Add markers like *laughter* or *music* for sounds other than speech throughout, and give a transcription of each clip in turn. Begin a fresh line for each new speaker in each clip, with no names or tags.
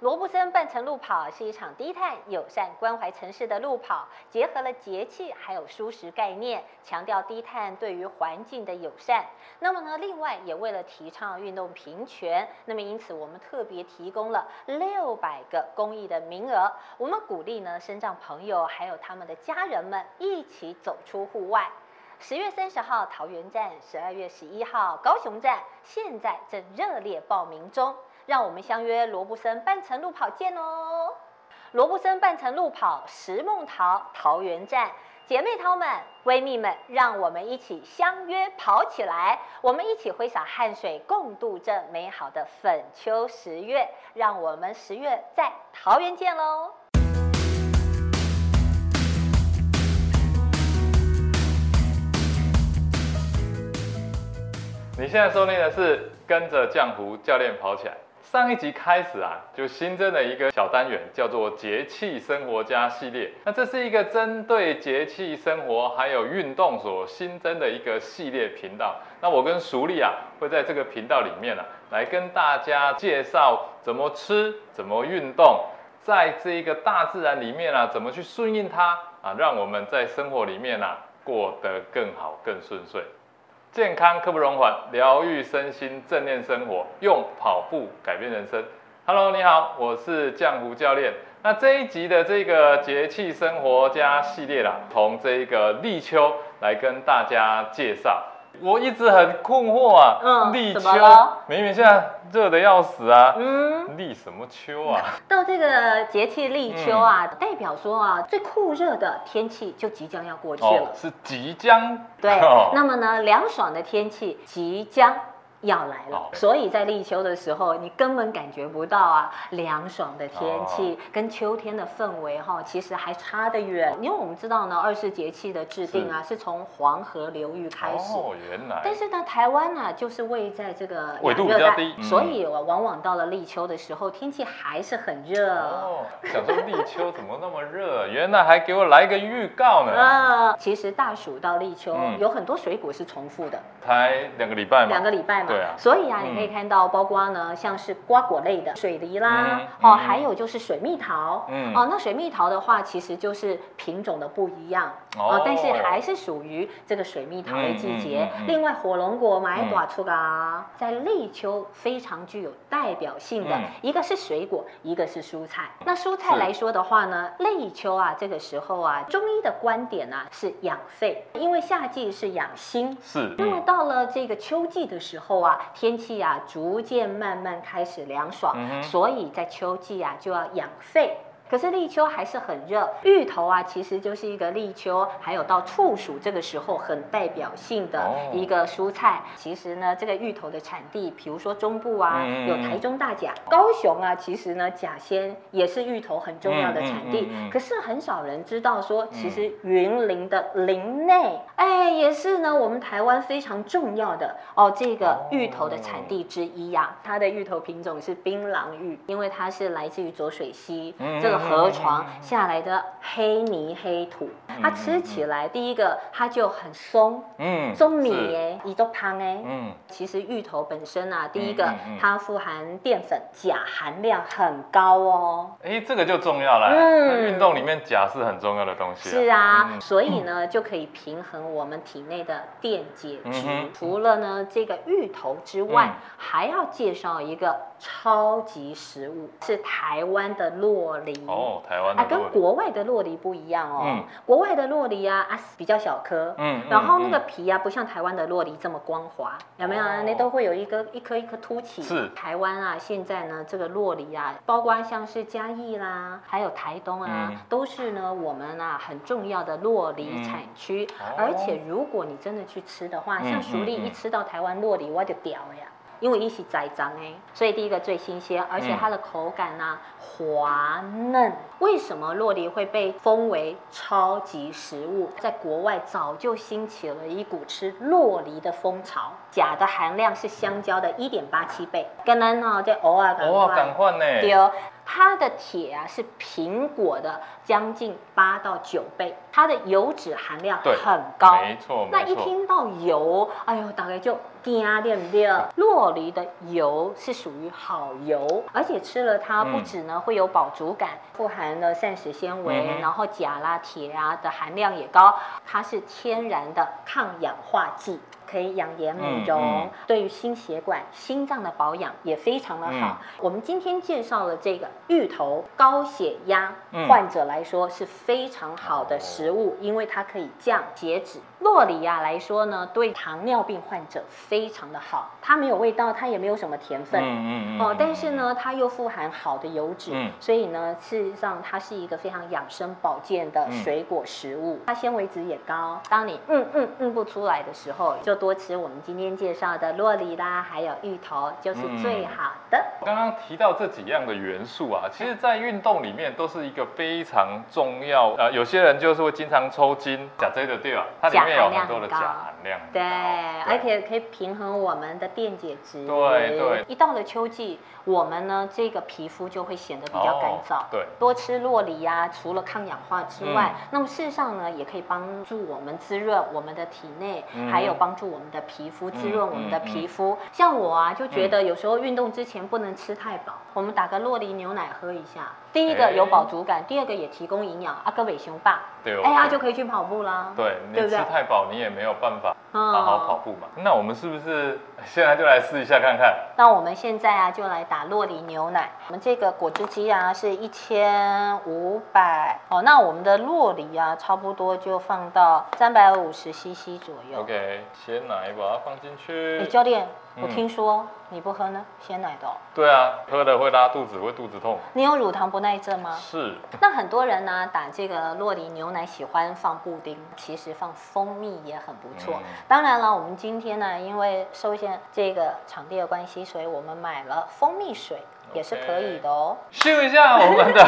罗布森半程路跑是一场低碳、友善、关怀城市的路跑，结合了节气还有舒适概念，强调低碳对于环境的友善。那么呢，另外也为了提倡运动平权，那么因此我们特别提供了六百个公益的名额，我们鼓励呢身障朋友还有他们的家人们一起走出户外。十月三十号桃园站，十二月十一号高雄站，现在正热烈报名中，让我们相约罗布森半程路跑见哦！罗布森半程路跑石梦桃桃园站，姐妹淘们、闺蜜们，让我们一起相约跑起来！我们一起挥洒汗水，共度这美好的粉秋十月。让我们十月在桃园见喽！
你现在收听的是《跟着浆糊教练跑起来》。上一集开始啊，就新增了一个小单元，叫做“节气生活家”系列。那这是一个针对节气生活还有运动所新增的一个系列频道。那我跟熟丽啊，会在这个频道里面啊，来跟大家介绍怎么吃、怎么运动，在这一个大自然里面啊，怎么去顺应它啊，让我们在生活里面啊，过得更好、更顺遂。健康刻不容缓，疗愈身心，正念生活，用跑步改变人生。Hello，你好，我是江湖教练。那这一集的这个节气生活家系列啦，从这个立秋来跟大家介绍。我一直很困惑啊，
嗯
立秋
怎么了
明明现在热的要死啊，
嗯，
立什么秋啊？
*laughs* 到这个节气立
嗯
秋啊，代表说啊，最酷热的天气就即将要过去了。
哦，是即将
对，
*laughs* 哦
那么呢，凉爽的天气即将。要来了
哦，
所以在立秋的时候，你根本感觉不到啊凉爽的天
哦
气跟秋天的氛围哈，其实还差得远。因为我们知道呢，二十节气的制定啊，是从黄河流域开始，
哦，原来
但是呢，台湾呢、就是位在这个
纬度
亚热带
比较低嗯
所以我往往到了立秋的时候，天气还是很热。
哦，想说立秋怎么那么热？原来还给我来一个预告呢，
啊，其实大暑到立秋、
嗯
有很多水果是重复的，
才两个礼拜嘛，
两个礼拜嘛，
对啊
所以啊，
嗯
你可以看到，包括呢，像是瓜果类的水梨啦，
嗯
哦，
嗯
还有就是水蜜桃，
嗯
哦，那水蜜桃的话，其实就是品种的不一样，
哦
但是还是属于这个水蜜桃的季节。
嗯嗯嗯嗯
另外，火龙果、买
嗯
寡出啊，在立秋非常具有代表性的、
嗯
一个是水果，一个是蔬菜。那蔬菜
是
来说的话呢，立秋啊，这个时候啊，中医的观点啊是养肺，因为夏季是养心，
是，
那么
嗯
到了这个秋季的时候啊，天气啊逐渐慢慢开始凉爽，
嗯哼
所以在秋季啊就要养肺。可是立秋还是很热，芋头啊其实就是一个立秋，还有到处暑这个时候很代表性的
哦
一个蔬菜。其实呢，这个芋头的产地，比如说中部啊，
嗯嗯
有
嗯
台中大甲、高雄啊，其实呢甲仙也是芋头很重要的产地。
嗯嗯嗯嗯
可是很少人知道
嗯
说，其实云林的林内，哎，也是呢，我们台湾非常重要的哦，这个
哦
芋头的产地之一呀、它的芋头品种是槟榔芋，因为它是来自于浊水溪
嗯
这个河床
嗯嗯嗯嗯
下来的黑泥黑土，它
嗯嗯
吃起来第一个它就很松，
嗯
松米
是
哎，一豆汤哎，
嗯
其实芋头本身啊，第一
嗯
个
嗯嗯
它富含淀粉，钾含量很高哦。
哎，这个就重要了。
嗯
那运动里面钾是很重要的东西。
是啊，
嗯
所以呢，就可以平衡我们体内的电解质。
嗯哼
除了呢这个芋头之外，
嗯
还要介绍一个超级食物，是台湾的洛梨。
哦，台湾的
啊，跟
洛梨
国外的洛梨不一样哦。
嗯
国外的洛梨啊，啊比较小颗，
嗯嗯
然后那个
嗯
皮啊不像台湾的洛梨这么光滑，有没有啊？
哦
那都会有一个一颗一颗凸起。
是
台湾啊，现在呢这个洛梨啊，包括像是嘉义啦，还有台东啊，
嗯
都是呢我们啊很重要的洛梨产区。
哦
而且如果你真的去吃的话，
嗯
像熟丽
嗯嗯
一吃到台湾洛梨，我就屌了呀。因为一起栽赃哎，所以第一个最新鲜，而且它的口感呢、滑嫩。为什么洛梨会被封为超级食物？在国外早就兴起了一股吃洛梨的风潮，钾的含量是香蕉的1.87倍，跟咱哦在偶尔赶
哇，
快
赶快呢。
丢。它的铁啊是苹果的将近八到九倍，它的油脂含量
对
很高。
没错，
那
没
一
错，
听到油，哎呦，大概就惊啊，对不对？洛梨的油是属于好油，而且吃了它
嗯
不止呢、会有饱足感，富含了膳食纤维，
嗯哼
然后钾啦、铁啊的含量也高，它是天然的抗氧化剂。可以养颜美容，
嗯嗯
对于心血管、心脏的保养也非常的好。
嗯
我们今天介绍了这个芋头高血压
嗯
患者来说是非常好的
哦
食物，因为它可以降血脂。洛里亚来说呢，对糖尿病患者非常的好，它没有味道，它也没有什么甜分。
嗯
哦，但是，呢，它又富含好的油脂，
嗯
所以呢，事实上它是一个非常养生保健的
嗯
水果食物，它纤维质也高。当你嗯嗯嗯不出来的时候，就多吃我们今天介绍的洛梨啦，还有芋头，就是最
嗯
好的。
刚刚提到这几样的元素啊，其实，在运动里面都是一个非常重要。呃，有些人就是会经常抽筋，甲这的对吧？啊它里面有很多的钾含量很高
对，而且可以平衡我们的电解质。
对对，
一到了秋季，我们呢这个皮肤就会显得比较干燥。
哦对，
多吃洛梨呀、除了抗氧化之外，
嗯
那么事实上呢，也可以帮助我们滋润我们的体内，
嗯
还有帮助我们的皮肤，滋润我们的
嗯嗯嗯
皮肤。像我啊，就觉得有时候运动之前不能吃太饱，我们打个洛梨牛奶喝一下，第一个
哎
有饱足感，第二个也提供营养，啊，各尾熊爸，
对，
哎呀
对
就可以去跑步啦。
对
对
你
不
吃
对
太饱，你也没有办法
嗯
好好跑步嘛。那我们是不是现在就来试一下看看？
那我们现在啊，就来打洛梨牛奶。我们这个果汁机啊是一千五百哦，那我们的洛梨啊，差不多就放到三百五十 CC 左右。
OK，鲜奶把它放进
哎、
去。
教练，
嗯
我听说你不喝呢鲜奶的、哦，
对啊，喝了会拉肚子，会肚子痛。
你有乳糖不耐症
*laughs*
吗？
是，
那很多人呢、啊打这个洛梨牛奶喜欢放布丁，其实放蜂蜜也很不错。
嗯
当然了，我们今天呢，因为受限这个场地的关系，所以我们买了蜂蜜水也是可以的哦。
秀一下我们的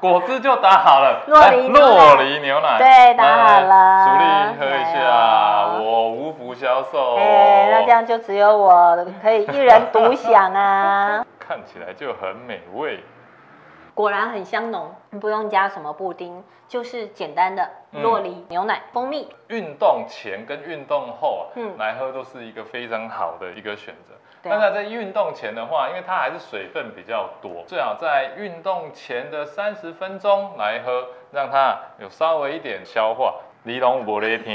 果汁就打好了，
*laughs* 洛梨
来
牛奶
洛梨牛奶，
对打好了
来主力喝一
来
下，
哦
我无福消受。哦
哎、那这样就只有我可以一人独享啊！
看起来就很美味。
*laughs* 果然很香浓，不用加什么布丁，就是简单的
嗯
洛梨、牛奶、蜂蜜。
运动前跟运动后啊，
嗯
来喝都是一个非常好的一个选择。
对啊
那在运动前的话，因为它还是水分比较多，最好在运动前的三十分钟来喝，让它有稍微一点消化。你拢无
*laughs*
咧听，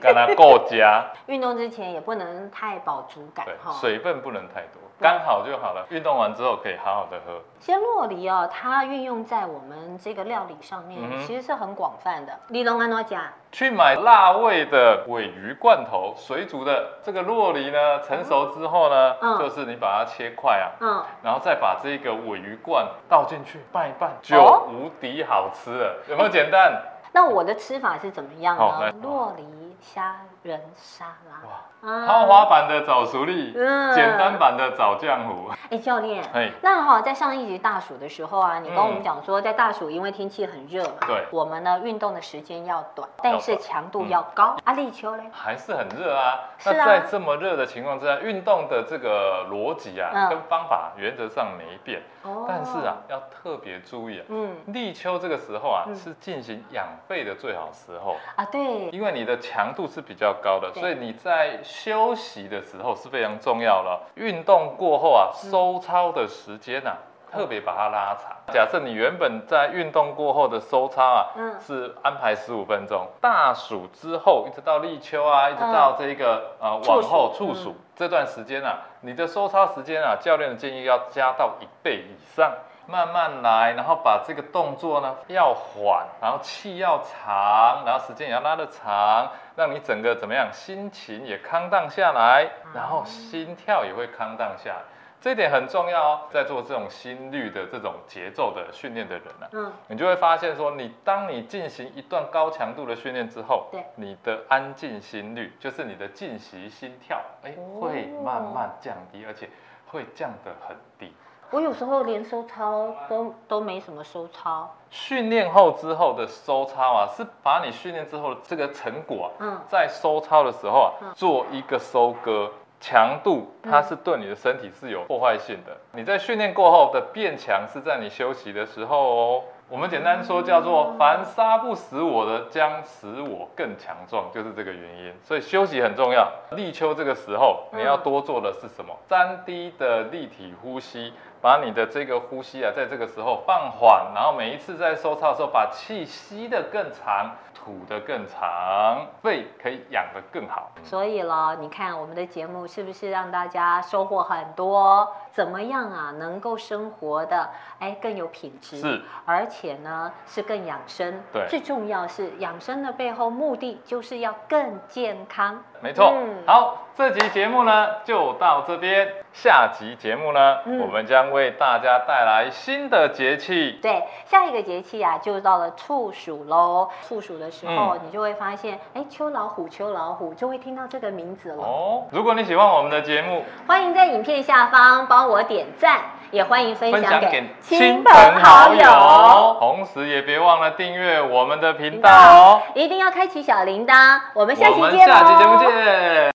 跟它过加，
运动之前也不能太饱足感
对
哈。，
水分不能太多，刚好就好了。运动完之后可以好好的喝。
其实洛梨哦，它运用在我们这个料理上面，
嗯哼
其实是很广泛的。李龙安诺加，
去买辣味的尾鱼罐头，水煮的这个洛梨呢，成熟之后呢，
嗯
就是你把它切块啊，
嗯，
然后再把这个尾鱼罐倒进去拌一拌，就
哦
无敌好吃了。有没有简单？
那我的吃法是怎么样
好来
呢？洛梨虾仁沙拉，
哇，
啊
豪华版的早熟粒，
嗯
简单版的早浆糊。
哎，教练，
嘿，
那哈，在上一集大暑的时候啊，你跟我们
嗯
讲说，在大暑因为天气很热嘛，
对
我们呢运动的时间要短，但是
短嗯
强度要高。啊，立秋嘞，
还是很热啊。
是
那
啊
在这么热的情况之下，运动的这个逻辑啊，
嗯
跟方法原则上没变，
哦
但是啊，，要特别注意啊。
嗯
立秋这个时候啊，
嗯
是进行养肺的最好时候。
啊，对，
因为你的强度是比较高的，
对
所以你在休息的时候是非常重要了。运动过后啊，
嗯
收操的时间啊，特别把它拉长。假设你原本在运动过后的收操啊，
嗯
是安排十五分钟，大暑之后一直到立秋啊，一直
嗯
到这个、呃
处暑
往后处暑、
嗯
这段时间啊，你的收操时间啊，教练的建议要加到一倍以上。慢慢来，然后把这个动作呢要缓，然后气要长，然后时间也要拉得长，让你整个怎么样，心情也康荡下来，然后心跳也会康荡下来。这一点很重要哦，在做这种心率的这种节奏的训练的人啊呢、
嗯，
你就会发现说，你当你进行一段高强度的训练之后，
对
你的安静心率，就是你的静息心跳，哎、
哦
会慢慢降低，而且会降得很低。
我有时候连收操都都没什么收操，
训练后之后的收操啊，是把你训练之后的这个成果啊，
嗯，
在收操的时候
嗯
啊，做一个收割。强度它是对你的身体是有破坏性的。你在训练过后的变强是在你休息的时候哦。我们简单说叫
嗯
做“凡杀不死我的，将使我更强壮”，就是这个原因。所以休息很重要。立秋这个时候，
嗯
你要多做的是什么？三低的立体呼吸，把你的这个呼吸啊，在这个时候放缓，然后每一次在收操的时候，把气吸得更长，吐得更长，肺可以养得更好。
所以咯，你看我们的节目是不是让大家收获很多？怎么样啊，能够生活的哎更有品质，
是，
而且呢是更养生。
对
最重要是养生的背后目的就是要更健康。
没错。
嗯
好，这集节目呢就到这边，下集节目呢，
嗯
我们将为大家带来新的节气。
对，下一个节气啊，就到了处暑喽。处暑的时
嗯
候，你就会发现，哎，秋老虎，秋老虎，就会听到这个名字了。
哦，如果你喜欢我们的节目，
欢迎在影片下方帮我点赞，也欢迎分
分
享
享
给
给
亲朋
亲朋
好
好
友
友，。同时也别忘了订阅我们的频道哦。
一定要开启小铃铛。我们下期
我
见
们
喽！
下期节目见。